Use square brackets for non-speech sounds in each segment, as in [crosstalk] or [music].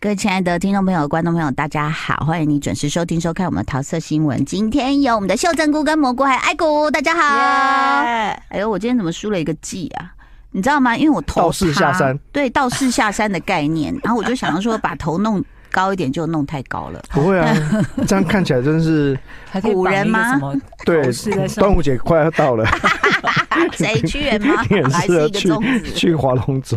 各位亲爱的听众朋友、观众朋友，大家好！欢迎你准时收听、收看我们的桃色新闻。今天有我们的秀珍菇、跟蘑菇还有爱菇，大家好。耶哎呦，我今天怎么输了一个季啊？你知道吗？因为我头哎道士塌下山，对道士下山的概念，然后我就想说把头弄高一点，就弄太高 [laughs] 了。不会啊，这样看起来 [laughs] 真是还可以古绑人一个吗 [laughs] 什么？对头饰在。上端午节快要到了，？啊谁屈原吗你很还适是合一个去粽子。 [laughs] 去划龙舟，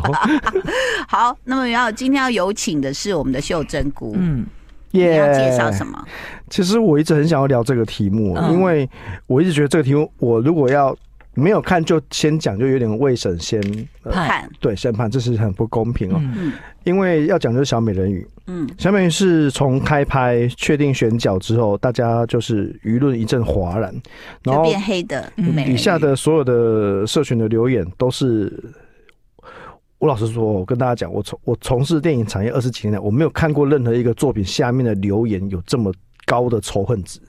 好，那么要今天要有请的是我们的秀珍菇，嗯， [laughs] 你耶要介绍什么？其实我一直很想要聊这个题目，嗯因为我一直觉得这个题目，我如果要没有看就先讲，就有点未审先、呃派看，对先判，这是很不公平哦。嗯嗯因为要讲就是小美人鱼，嗯小美人鱼是从开拍确定选角之后，大家就是舆论一阵哗然，然就后变黑的嗯美人鱼底下的所有的社群的留言都是，我老实说，我跟大家讲，我从我从事电影产业二十几年来，我没有看过任何一个作品下面的留言有这么高的仇恨值，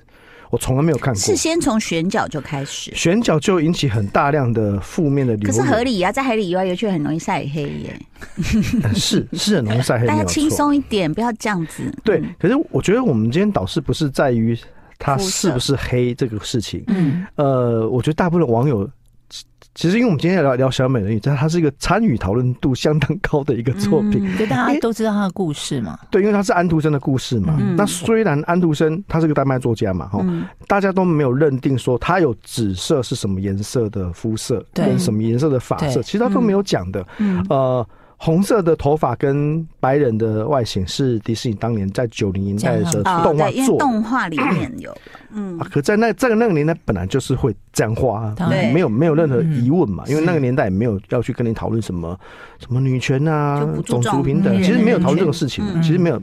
我从来没有看过是。先从选角就开始，选角就引起很大量的负面的留可是言，合理呀、啊在海里游来游去很容易晒黑耶， [laughs] 是是很 [laughs] 容易晒黑，大哎没家有轻错。松一点，不要这样子。对嗯，可是我觉得我们今天导师不是在于他肤色是不是黑这个事情，嗯呃，我觉得大部分网友，其其实因为我们今天聊聊小美人鱼，但它是一个参与讨论度相当高的一个作品。嗯，就大因家为都知道他的故事嘛。对，因为它是安徒生的故事嘛。嗯那虽然安徒生他是个丹麦作家嘛，哈、嗯大家都没有认定说他有紫色是什么颜色的肤色，对跟什么颜色的发色，对其实他都没有讲的。嗯呃，红色的头发跟白人的外形是迪士尼当年在九零年代的时候这样哦，动画对，因做为的。动画里面 [clears throat] 有，嗯啊，可在那在那个年代本来就是会这样画啊，当然没有没有任何疑问嘛，嗯因为那个是年代也没有要去跟你讨论什么什么女权啊就不、注种重族平嗯等，其实没有讨论这个人权事情嗯，其实没有。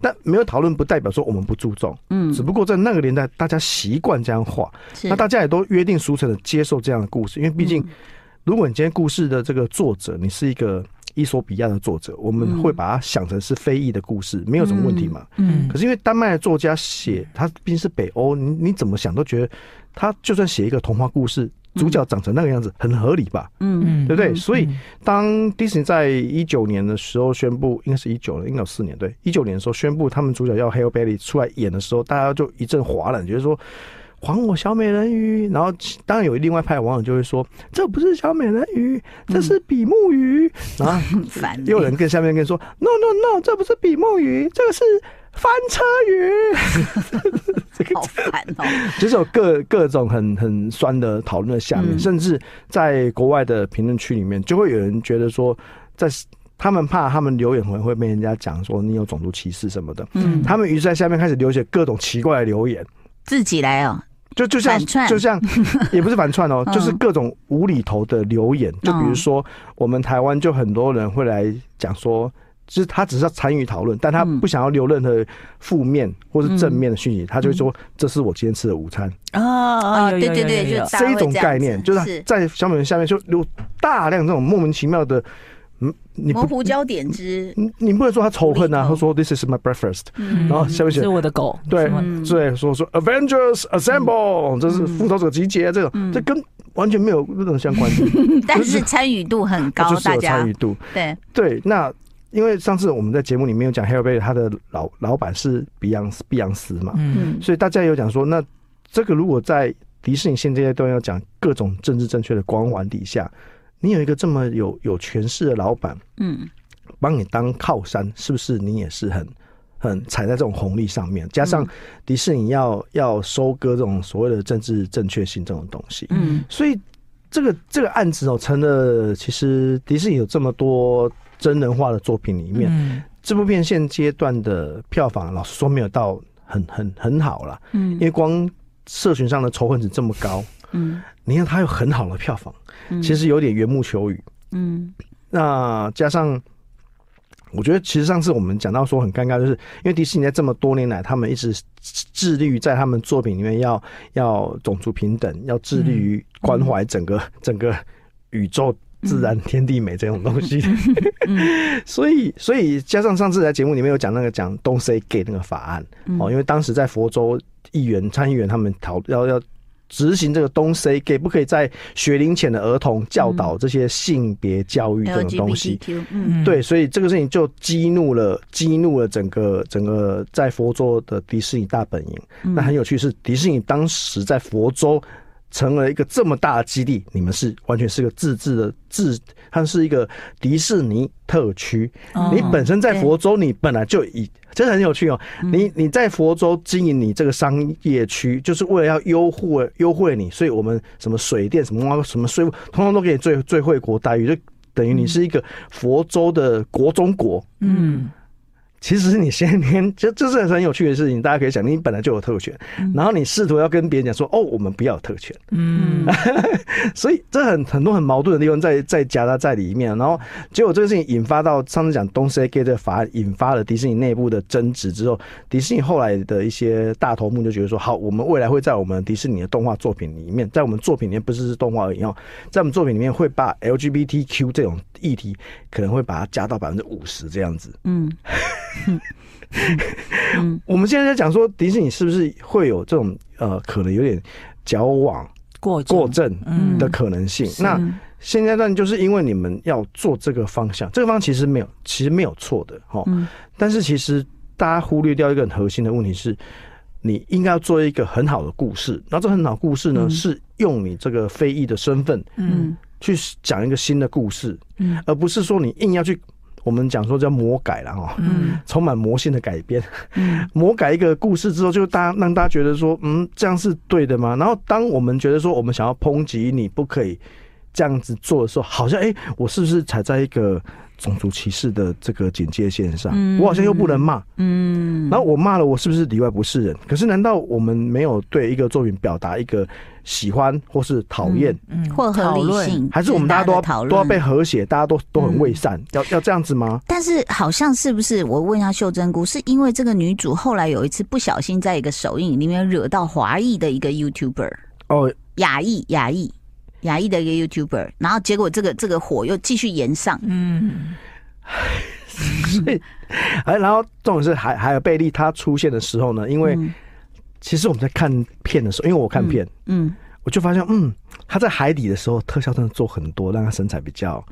但没有讨论不代表说我们不注重，嗯只不过在那个年代大家习惯这样画，那大家也都约定俗成的接受这样的故事，因为毕竟如果你今天故事的这个作者你是一个伊索比亚的作者，我们嗯会把它想成是非裔的故事，没有什么问题嘛。嗯可是因为丹麦的作家写，他毕竟是北欧，你你怎么想都觉得，他就算写一个童话故事，主角长成那个样子，很合理吧？嗯对不对？嗯所以当迪士尼在一九年的时候宣布，应该是一九了，应该有四年，对，一九年的时候宣布他们主角要 Halle Berry 出来演的时候，大家就一阵哗然，觉得说。还我小美人鱼，然后当然有另外一派网友就会说，这不是小美人鱼，这是比目 [laughs] 鱼。然后很烦欸，嗯也有人跟下面跟说 “no no no”，这不是比目鱼，这个是翻车鱼。好烦哦， [laughs] 就是有各各种很很酸的讨论在下面，嗯甚至在国外的评论区里面，就会有人觉得说，在他们怕他们留言可能会被人家讲说你有种族歧视什么的，嗯，他们于是在下面开始留写各种奇怪的留言。自己来哦，就就像反串 [laughs] 就像也不是反串哦，嗯就是各种无厘头的留言，就比如说我们台湾就很多人会来讲说。就是他只是要参与讨论，但他嗯不想要留任何负面或是正面的讯息，他就会嗯说：“这是我今天吃的午餐。啊啊，哦有对有对有对有有就大家这会一种概念这就样子是是在小美人下面就留大量这种莫名其妙的，嗯，你模不糊焦点之，你你不能说他仇恨无厘啊，头他说 This is my breakfast，嗯然后下面写是嗯我的狗，对什么嗯对，说说 Avengers Assemble，、这是复仇者集结，这种、嗯这跟完全没有任何相关 [laughs] 性， [laughs] 但是参与度很它高就，是大有家参与度。对，对，那因为上次我们在节目里面有讲 h a r r y b e r r y 他的老老板是碧昂斯，碧昂斯嘛，嗯，嗯所以大家有讲说，那这个如果在迪士尼现阶段要讲各种政治正确的光环底下，你有一个这么有有权势的老板嗯帮你当靠山，是不是你也是很很踩在这种红利上面？加上迪士尼要要收割这种所谓的政治正确性这种东西，嗯所以这个这个案子哦，成了其实迪士尼有这么多真人化的作品里面，嗯这部片现阶段的票房，老实说没有到很很很好啦，因嗯为光社群上的仇恨值这么高，嗯你看它有很好的票房，嗯其实有点缘木求鱼。嗯那加上，我觉得其实上次我们讲到说很尴尬，就是因为迪士尼在这么多年来，他们一直致力于在他们作品里面要要种族平等，要致力于关怀整个、整个宇宙。自然天地美这种东西， [laughs] 所以所以加上上次在节目里面有讲那个讲东西给那个法案、嗯哦，因为当时在佛州议员参议员他们讨要要执行这个东西，给不可以在学龄前的儿童教嗯导这些性别教育这种东西。 LGBTQ，嗯，对，所以这个事情就激怒了，激怒了整个整个在佛州的迪士尼大本营。嗯那很有趣是，迪士尼当时在佛州成了一个这么大的基地，你们是完全是个自治的自，它是一个迪士尼特区。哦你本身在佛州，你本来就以这很有趣哦。你你在佛州经营你这个商业区，就是为了要优惠优惠你，所以我们什么水电什么什么税务，通通都给你最最惠国待遇，就等于你是一个佛州的国中国。嗯其实你先天这这是很有趣的事情，大家可以想，你本来就有特权，然后你试图要跟别人讲说，哦，我们不要有特权，嗯，所以这很很多很矛盾的地方在在夹杂在里面，然后结果这个事情引发到上次讲东西 gay 这个法案引发了迪士尼内部的争执之后，迪士尼后来的一些大头目就觉得说，好，我们未来会在我们迪士尼的动画作品里面，在我们作品里面不是动画而已哦，在我们作品里面会把 LGBTQ 这种议题可能会把它加到百分之五十这样子。嗯，我们现在在讲说迪士尼是不是会有这种呃，可能有点矫枉过重过正嗯的可能性？是那嗯现阶段就是因为你们要做这个方向，这个方向其实没有，其实没有错的哈。嗯但是其实大家忽略掉一个很核心的问题是，你应该要做一个很好的故事，然后这个很好的故事呢，嗯是用你这个非裔的身份嗯嗯去讲一个新的故事，嗯而不是说你硬要去我们讲说叫魔改了哈。嗯充满魔性的改编，嗯 [laughs] 魔改一个故事之后，就大家让大家觉得说，嗯，这样是对的吗？然后当我们觉得说我们想要抨击你不可以这样子做的时候，好像哎、诶我是不是踩在一个种族歧视的这个警戒线上？嗯我好像又不能骂，嗯，然后我骂了，我是不是里外不是人？可是难道我们没有对一个作品表达一个喜欢或是讨厌？嗯或合讨理论性，还是我们大家都的讨要论嗯都要被和谐，大家都都很为善，要要这样子吗？但是好像是不是？我问一下秀珍姑，是因为这个女主后来有一次不小心在一个首映里面惹到华裔的一个 YouTuber，哦，亚裔亚裔亚裔的一个 YouTuber，然后结果这个这个火又继续延上，嗯哎，然后重点是还还有贝利他出现的时候呢，因为嗯其实我们在看片的时候，因为我看片，嗯我就发现，嗯，他在海底的时候特效真的做很多，让他身材比较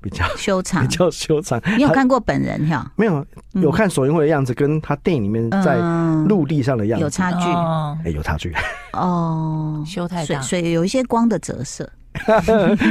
比较修比长。较修长。你有还看过本人哈？没有？嗯有看首映会的样子，跟他电影里面在嗯陆地上的样有子，差距哦哎，有差距，哦，修太所以大，所以有一些光的折 [laughs] 射，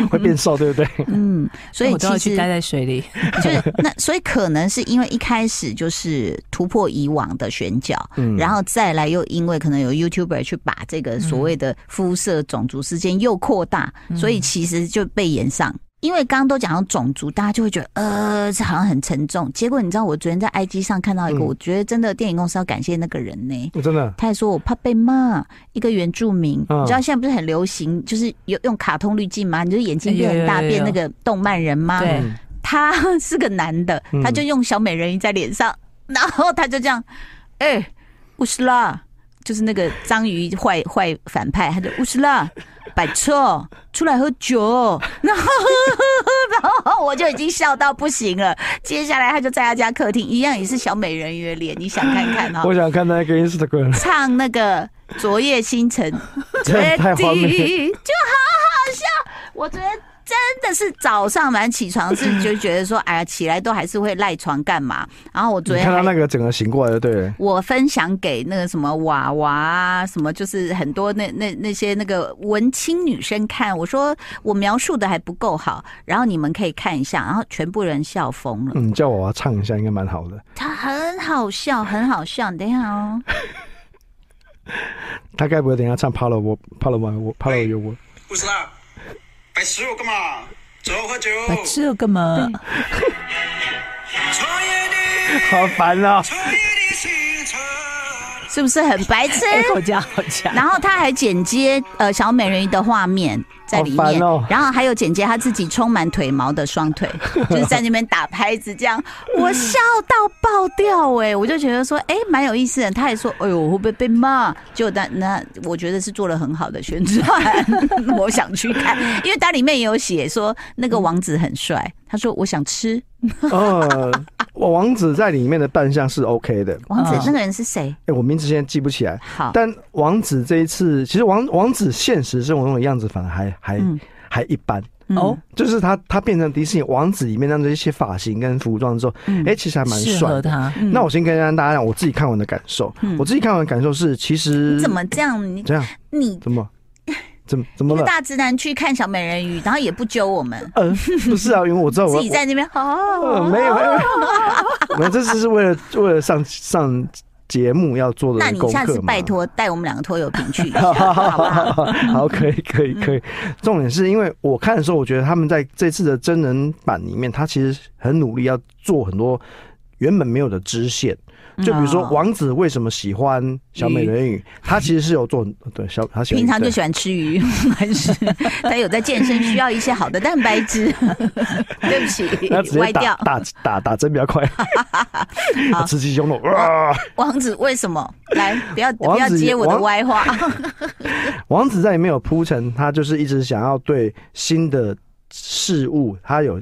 会变瘦，对不对？ [laughs] 嗯，所以我都要其去实待在水里。 [laughs] 就是那，所以可能是因为一开始就是突破以往的选角，嗯然后再来又因为可能有 YouTuber 去把这个所嗯谓的肤色、种族之间又扩大，所以其实就被延上。因为刚刚都讲到种族，大家就会觉得呃，这好像很沉重。结果你知道，我昨天在 IG 上看到一个，嗯我觉得真的电影公司要感谢那个人呢、真的，他还说我怕被骂，一个原住民，嗯你知道现在不是很流行，就是有用卡通滤镜吗？你就是眼睛变很大，哎有有有变那个动漫人吗？对嗯他是个男的嗯，他就用小美人鱼在脸上， [laughs] 然后他就这样，哎、乌斯拉，就是那个章鱼坏坏反派，他就乌斯拉，摆臭，出来喝酒， [laughs] 然后然后我就已经笑到不行了。接下来他就在他家客厅，一样也是小美人鱼的脸，你想看看哈、我想看那个 [laughs] Instagram，唱那个《昨夜星辰》，这样太荒谬。就好好笑。我觉得真的是早上晚上起床是就觉得说，哎呀，起来都还是会赖床干嘛？然后我昨你天看到还那个整个醒过来就对了。我分享给那个什么娃娃啊，什么就是很多那那那些那个文青女生看，我说我描述的还不够好，然后你们可以看一下，然后全部人笑疯了，嗯，叫我要唱一下，应该蛮好的。他很好笑，很好笑，等一下哦。他该不会等一下唱 Follow 我 Follow my 我 Follow your 我？不是啦，摆十五干嘛？走喝酒，白痴了干嘛？创业的好烦啊！创业的青春。是不是很白 [laughs] 痴？哎，口加好强。然后他还剪接呃小美人鱼的画面在里好烦面，哦然后还有剪接他自己充满腿毛的双 [laughs] 腿，就是在那边打拍子这样，我笑到爆掉哎、我就觉得说哎蛮、有意思的。他也说哎呦我会不会被骂？就但那我觉得是做了很好的宣传，我想去看，因为它里面也有写说那个王子很帅，他说我想吃。 [laughs] 呃，我王子在里面的扮相是 OK 的，王子嗯那个人是谁？哎、我名字现在记不起来。好，但王子这一次，其实王王子现实生活中的样子反而还还、嗯还一般，嗯哦，就是他他变成迪士尼王子里面的那些发型跟服装之后，哎、嗯其实还蛮适帅合的。他，嗯那我先跟大家讲我自己看完的感受，嗯我自己看完的感受是，其实你怎么这样？你这样你 [laughs] 怎么怎么怎么一了个？大直男去看小美人鱼，然后也不揪我们，呃，不是啊，因为 [laughs] 我知道我自己在那边 [laughs] 呃，哦，没有没有， [laughs] 没有，这次是为了为了上上节目要做的那你功课嘛。下次拜托带我们两个拖油瓶 [laughs] 去一下，好不好？嗯好，可以，可以，可以。重点是因为我看的时候，我觉得他们在这次的真人版里面，他其实很努力要做很多原本没有的支线。就比如说哦，王子为什么喜欢小美人鱼？他其实是有做很对小，他喜嗯欢平常就对喜欢吃鱼， [laughs] 还是他有在健身，需要一些好的蛋白质。 [laughs] 对不他直起，接歪打掉。打打打针比较 [laughs] 快，吃鸡胸肉啊哇！王子为什么来？不要不要王子接我的王歪话。王子在里面有铺陈，他就是一直想要对新的事物，他有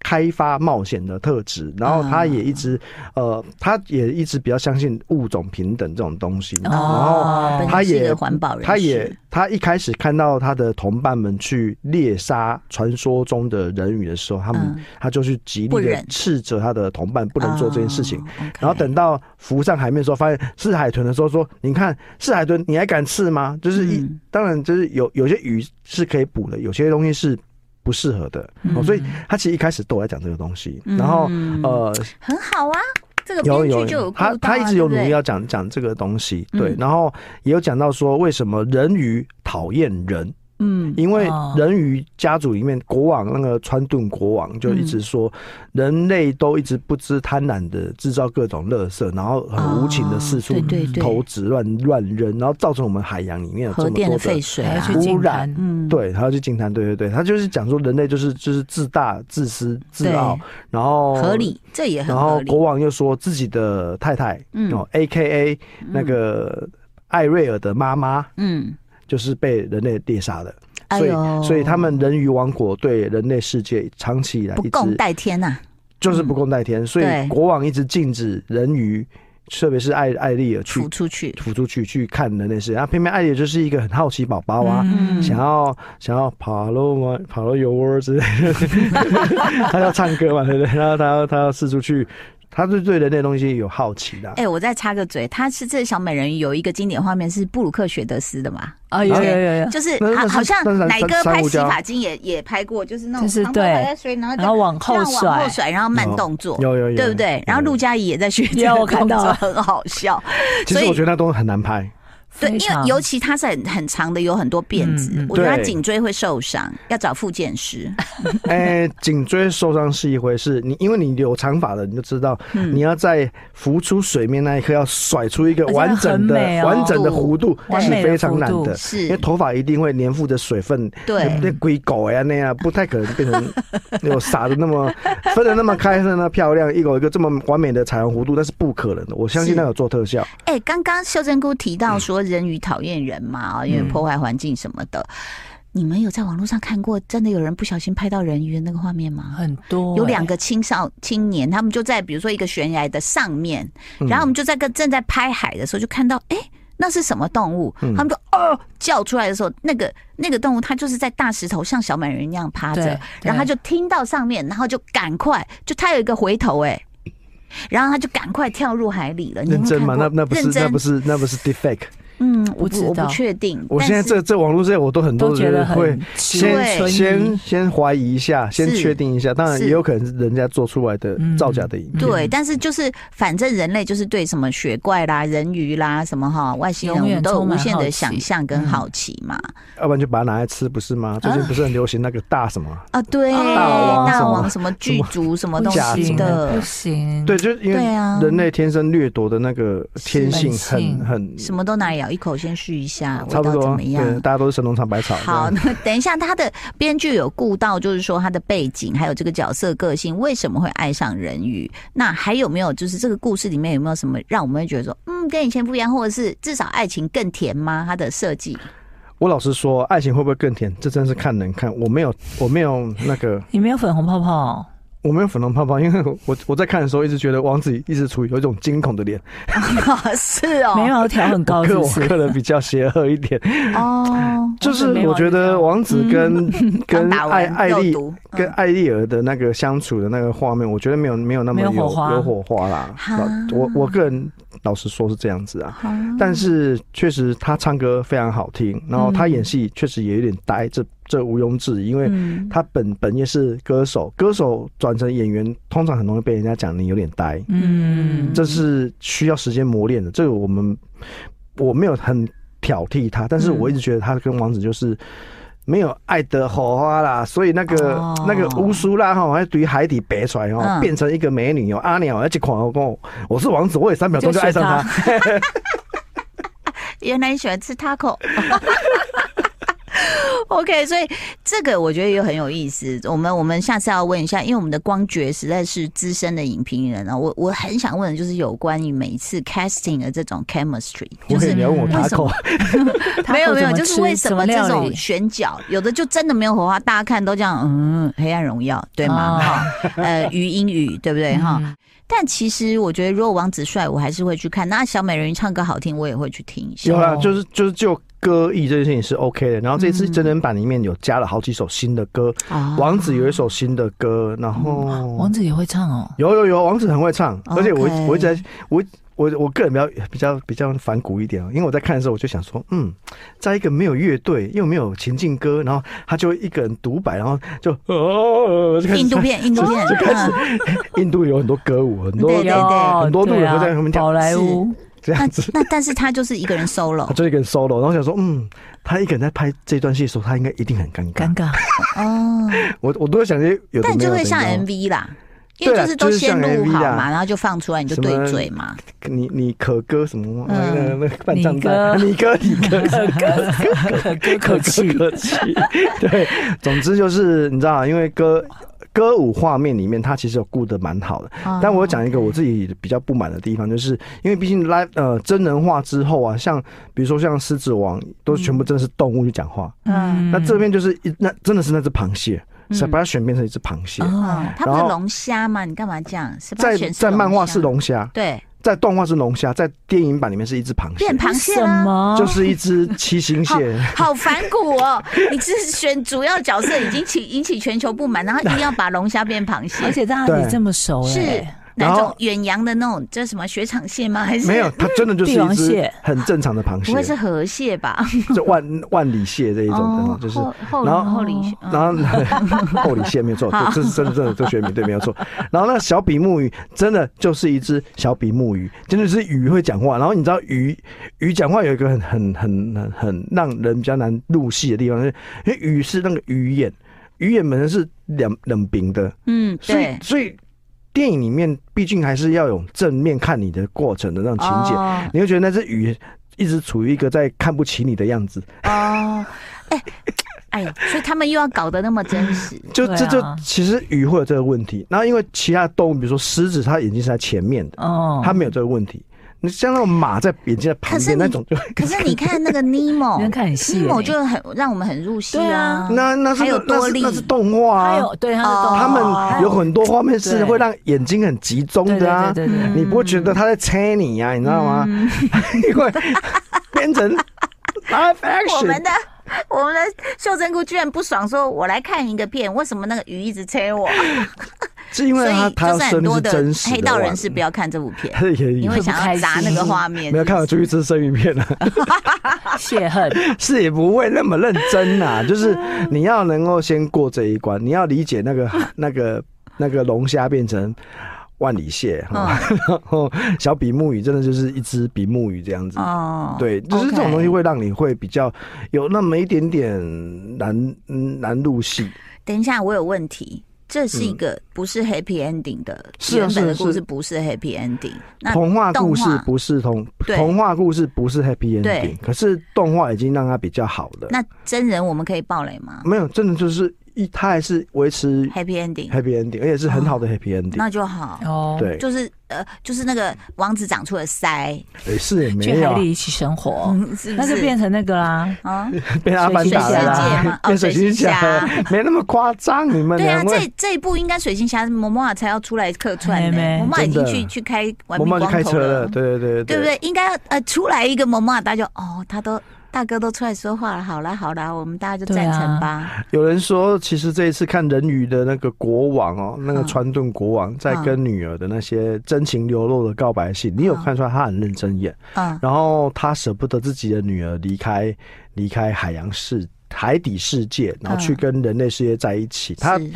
开发冒险的特质，然后他也一直、呃，他也一直比较相信物种平等这种东西，然后。 [laughs] 哦，本他来是一也个环保人士，他也，他一开始看到他的同伴们去猎杀传说中的人鱼的时候，他们、嗯他就去极不力的忍斥责他的同伴不不能做这件事情。。哦 OK 然后等到浮上海面的时候，发现是海豚的时候，说：“你看是海豚，你还敢吃吗？”就是一、嗯当然就是有有些鱼是可以捕的，有些东西是不适合的、哦。所以嗯他其实一开始都有在讲这个东西，然后嗯呃，很好啊，这个有编有剧就有他顾到啊他一直有努对不力对要讲讲这个东西，对，嗯然后也有讲到说为什么人鱼讨厌人，嗯因为哦人鱼家族里面，国王那个川顿国王就一直说，人类都一直不知贪婪的制造各种垃圾，然后很无情的四处哦对对对投掷乱乱扔，然后造成我们海洋里面有这核么电的多废的。水还要啊去污净染滩，嗯，对，他要去惊叹，对对对，他就是讲说人类就是就是自大、自私、自傲，然后合，理，这也很哦然合后理国。王又说自己的太太，嗯哦，A K A 那个艾瑞尔的妈妈，嗯，就是被人类猎杀的，哎所以、呦所以他们人鱼王国对人类世界长期以来不一共直戴天啊呐，就是不共戴天，所对以国王一直禁止人鱼，特别是艾艾丽尔去吐出去，浮出去去看人类世界，然后啊偏偏艾丽尔就是一个很好奇宝宝啊。嗯想要想要爬楼吗？爬楼油窝之类的， [laughs] 他要唱歌嘛，对不对？然后他要他要四处去，他是对人类东西有好奇的啊、哎、我再插个嘴，他是这小美人鱼有一个经典画面是布鲁克·雪德斯的嘛？啊，有有有有，就是那那好是好像那是蓝奶哥珊珊拍瑚洗礁发精也也拍过，就是那种就是长头发对在水，然后这然样后往后这样往甩后，甩，然后慢有动作，有有有，对不对？然后有陆佳怡也在学这有个我看动到作，了很好笑。其所实以我觉得那东西很难拍，对，非因为常尤其它是很很长的，有很多辫子，嗯嗯我觉得他对颈椎会受伤，要找复健师。哎、颈椎受伤是一回事，你因为你留长发了，你就知道、嗯你要在浮出水面那一刻要甩出一个而且完整的哎很、美哦完整的弧度 [laughs] 完是美的非常难弧度的，因为是，头发一定会粘附着水分，对，那鬼狗呀那样，不太可能变 [laughs] 成有撒的那么分的那么开，分的那么漂亮，一个有一个这么完美的彩虹弧度，那是不可能的。我相信是那有做特效，哎、刚刚秀珍姑提到说人鱼讨厌人嘛，啊，因为破坏环境什么的。你们有在网络上看过真的有人不小心拍到人鱼的那个画面吗？很多有两哎个青少青年，他们就在比如说一个悬崖的上面，嗯然后我们就在跟正在拍海的时候，就看到哎、诶那是什么动物？嗯他们就哦叫出来的时候，那个那个动物它就是在大石头像小美人一样趴着对，然后他对就听到上面，然后就赶快就他有一个回头哎、诶然后他就赶快跳入海里了。哎你有认没有真吗？看过那那不是认真那不是那不是 defect，嗯，我不知我不道确定。我但现在是这这网络这些我都很多都觉得人会很对先存疑先先怀疑一下，先是确定一下，当然是也有可能是人家做出来的嗯造假的影片。对，但是就是反正人类就是对什么雪怪啦、人鱼啦、什么哈外星人，我永远们都有充无满限的好奇想象跟嗯好奇嘛。要不然就把它拿来吃，不是吗？最近不是很流行那个大什么？啊，对，大王大什么王什么剧组什么东假西什的不，行，对，就是因为对啊人类天生掠夺的那个天性是本很性很什么都拿来咬一口先试一下味道差不怎多，么对，样。大家都是神农尝百草。好，这样那等一下，他的编剧有顾到，就是说他的背景，还有这个角色个性，为什么会爱上人鱼？那还有没有就是这个故事里面有没有什么让我们会觉得说，嗯，跟以前不一样，或者是至少爱情更甜吗？他的设计， [laughs] 我老实说， [laughs] 爱情会不会更甜？这真是看人看，我没有我没有那个，你没有粉红泡泡，我没有粉红泡泡，因为我我我在看的时候一直觉得王子一直处于有一种惊恐的脸，是哦，眉毛调很高，是跟不我是？个人比较邪恶一点，哦，就是我觉得王子 [laughs] 跟刚跟嗯打艾完艾肉丽毒，跟嗯艾丽尔的那个相处的那个画面，我觉得没有没有那么没有有火花有火花啦。哈老我我个人老实说是这样子啊，好但是确实他唱歌非常好听，然后嗯他演戏确实也有点呆，这这毋庸置疑，因为嗯他本本业是歌手，歌手转成演员通常很容易被人家讲你有点呆，嗯，这是需要时间磨练的。这个我们我没有很挑剔他，但是嗯我一直觉得他跟王子就是没有爱的火花啦，所以那个、哦那个乌苏拉哈，还对于海底白出来哦，嗯变成一个美女哦，阿鸟而且狂我跟我我是王子，我也三秒钟就爱上他，原来你喜欢吃 taco。OK，所以这个我觉得也很有意思。我们我们下次要问一下，因为我们的光觉实在是资深的影评人啊，我我很想问的就是有关于每一次 casting 的这种 chemistry，就我也是啊你要问我为打什么口， [laughs] 没有没有，怎么就是吃为什么怎么这料种理选角有的就真的没有火花，大家看都这样，嗯，黑暗荣耀对吗？啊哦哈、呃，余英语对不对哈？嗯但其实我觉得，如果王子帅，我还是会去看。那小美人鱼唱歌好听，我也会去听一下。 [laughs] 有啦，哦就是就是就。歌艺这件事情是 OK 的，然后这次真人版里面有加了好几首新的歌，嗯哦啊嗯王子有一首新的歌，然后、王子也会唱哦。有有有，王子很会唱，哦 OK 而且我我一直在我我我个人比较比较比较反骨一点哦，因为我在看的时候我就想说，嗯，在一个没有乐队又没有情境歌，然后他就一个人独白，然后就哦，就开始 [laughs] 印度片，印度片，嗯印度有很多歌舞，很多对对对很多路对人啊都在旁边跳宝莱坞这那样子。那但是他就是一个人 solo [laughs] 他就一个人 solo，然后想说，嗯，他一个人在拍这段戏的时候，他应该一定很尴尬 [laughs] 尴。尬，哦，我我都会想这些有嗯的但没就有的，会你知道像吗 MV 啦，因为对就啊是都就是先像录 MV 好啦嘛，然后就放出来，你就什么对嘴嘛。你你可歌什么吗？那个嗯那个半藏你在，歌 [laughs] 你歌你歌可歌。 [laughs] [laughs] 可可 [laughs] 可气，可气。对，总之就是你知道，因为歌歌舞画面里面，它其实有顾得蛮好的。哦但我有讲一个我自己比较不满的地方，就是因为毕竟 live 呃真人化之后啊，像比如说像狮子王，都是全部真的是动物去讲话。嗯那这边就是一那真的是那只螃蟹，嗯是把它选变成一只螃蟹。哦哦，他不是嗯然后龙虾嘛？你干嘛这样？是吧？在选是在漫画是虾，龙虾，对，在动画是龙虾，在电影版里面是一只螃蟹变，螃蟹什啦。么？就是一只七星蟹。哦 [laughs] 好反骨哦！你这选主要角色已经起引起全球不满，然后一定要把龙虾变螃蟹 [laughs] 而，且大家对也这么熟哎、是然哪后种远洋的那种，这什么雪场蟹吗？还是没有，它真的就是帝一王只蟹很正常的螃蟹。不会是河蟹吧？就万万里蟹这一种的，哦，就是后后然后后里蟹，嗯然后厚里蟹没有错，对这是真的真的这个学名对没有错。然后那小比目鱼真的就是一只小比目鱼，真的是鱼会讲话。然后你知道鱼鱼讲话有一个很很很很很让人比较难入戏的地方，就是因为鱼是那个鱼眼，鱼眼本身是两冷冰的，嗯，所以对，所以电影里面毕竟还是要有正面看你的过程的那种情节，哦你会觉得那只鱼一直处于一个在看不起你的样子。哦，哎哎呀，所以他们又要搞得那么真 [laughs] 实，就对这就啊其实鱼会有这个问题，然后因为其他动物，比如说狮子，它眼睛是在前面的，哦，它没有这个问题。你像那种马在眼睛在旁可是边你那种就，可是你看那个尼莫 [laughs] 你能，看很细、尼欸，莫就很让我们很入戏对啊啊。 [laughs] 那那是还有那多是利那是动画他啊，有对他是动哦物他还们有很多画面对是会让眼睛很集中对的啊，对对对嗯对你不会觉得他在猜你啊，你知道吗？ [laughs] 因为变成 live 我们 action，的我们的袖珍菇居然不爽，说我来看一个片，为什么那个鱼一直催我？是因为所他以就他要是生很命多是真实的黑道哇人士不要看这部片，他 [laughs] 也你会想要砸那 [laughs] 个画面。没有看我出去吃生鱼片啊。[laughs] 泄恨，是也不会那么认 [laughs] 真啦、就是嗯你要能够先过这一关，你要理解那 [laughs] 个那个那个龙虾变成万里蟹，嗯哈， [laughs] 然后小比目鱼真的就是一只比目鱼这样子。哦，对，就是这种 OK 东西会让你会比较有那么一点点难嗯难入戏。等一下，我有问题。这是一个不是 happy ending 的，嗯是啊原本的是啊故是事不是 happy ending。那童话故事动画不是童对童话故事不是 happy 对 ending，可是动画已经让它比较好了。那真人我们可以爆雷吗？没有，真的就是一他还是维持 Happy Ending，嗯 happy ending，而且是很好的 happy ending。那就好。哦，，对，就是呃，就是那个王子长出了腮，哦诶是也没去有海啊里一起生活， [laughs] 是不那是就变成那个啦，啊？被阿凡达水星侠 [laughs] 啦嘛，哦变水水星星侠侠， [laughs] 没那么夸张，你们对啊，两这位。这一部应该水星侠某某啊才要出来客串还呢、没某某已经真的去去开玩萌命萌就光开头车了了，，对对对对不对？应该要呃出来一个某某啊，大家就哦，他都大哥都出来说话了，好啦好啦，我们大家就对赞啊成吧。有人说，其实这一次看人鱼的那个国王哦，那个川顿国嗯王在跟女儿的那些真情流露的告白信，你有嗯看出来他很认真演，嗯，然后他舍不得自己的女儿离开离开海洋世海底世界，然后去嗯跟人类世界在一起。他是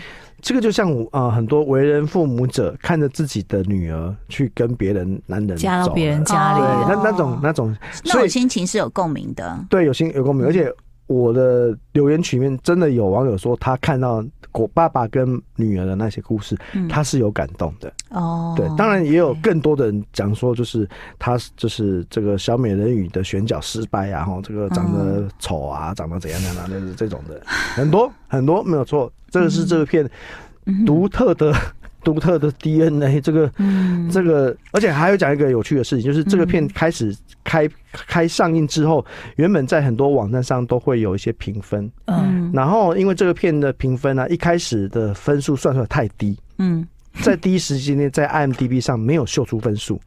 这个就像我呃很多为人父母者看着自己的女儿去跟别人男人嫁到走别人了啊家里对，哦了，那那种那种，那所种以心情是有共鸣的。对有心有共鸣，而且我的留言区里面真的有网友说，他看到我爸爸跟女儿的那些故事，嗯他是有感动的。哦，对，当然也有更多的人讲说，就是他就是这个小美人鱼的选角失败啊，哈，这个长得丑啊，长得怎样怎样， [laughs] 就是这种的，很多很多没有错，这个是这片独特的。独特的 DNA，这个，嗯这个，而且还有讲一个有趣的事情，就是这个片开始开开上映之后，原本在很多网站上都会有一些评分，嗯，然后因为这个片的评分啊呢、一开始的分数算出来太低，嗯，在第一时间内在 IMDB 上没有秀出分数，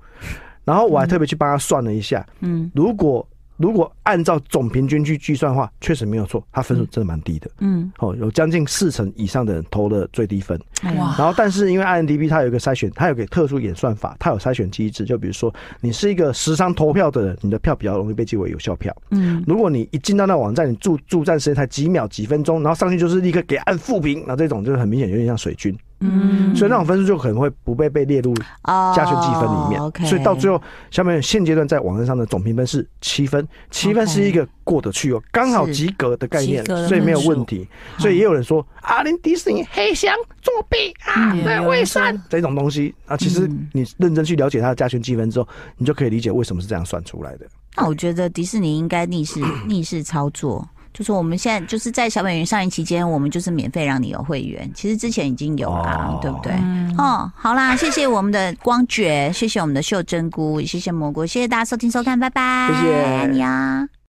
然后我还特别去帮他算了一下，嗯，如果如果按照总平均去计算的话，确实没有错，他分数真的蛮低的，嗯，哦，有将近四成以上的人投了最低分，哎呀哇 [laughs] 然后但是因为 IMDB 它有一个筛选，它有个特殊演算法，它有筛选机制，就比如说你是一个时常投票的人，你的票比较容易被记为有效票，嗯，如果你一进到那网站，你驻驻站时间才几秒几分钟，然后上去就是立刻给按负评，那这种就是很明显有点像水军，嗯所以那种分数就可能会不被被列入哦加权计分里面。 OK 所以到最后，小美人现阶段在网站上的总评分是七分，七分 OK 是一个过得去哦，刚好是及格的概念及格的，分数所以没有问题。所以也有人说啊，连迪士尼黑箱作弊啊，嗯那有为人啥说嗯这种东西啊？其实你认真去了解它的加权积分之后，你就可以理解为什么是这样算出来的。那我觉得迪士尼应该逆 [clears throat] 势逆势操作，就是我们现在就是在小美人上映期间，我们就是免费让你有会员，其实之前已经有啦、哦对不对？嗯哦，好啦，谢谢我们的光觉，谢谢我们的秀珍菇，也谢谢蘑菇，谢谢大家收听收看，拜拜，谢谢爱你啊。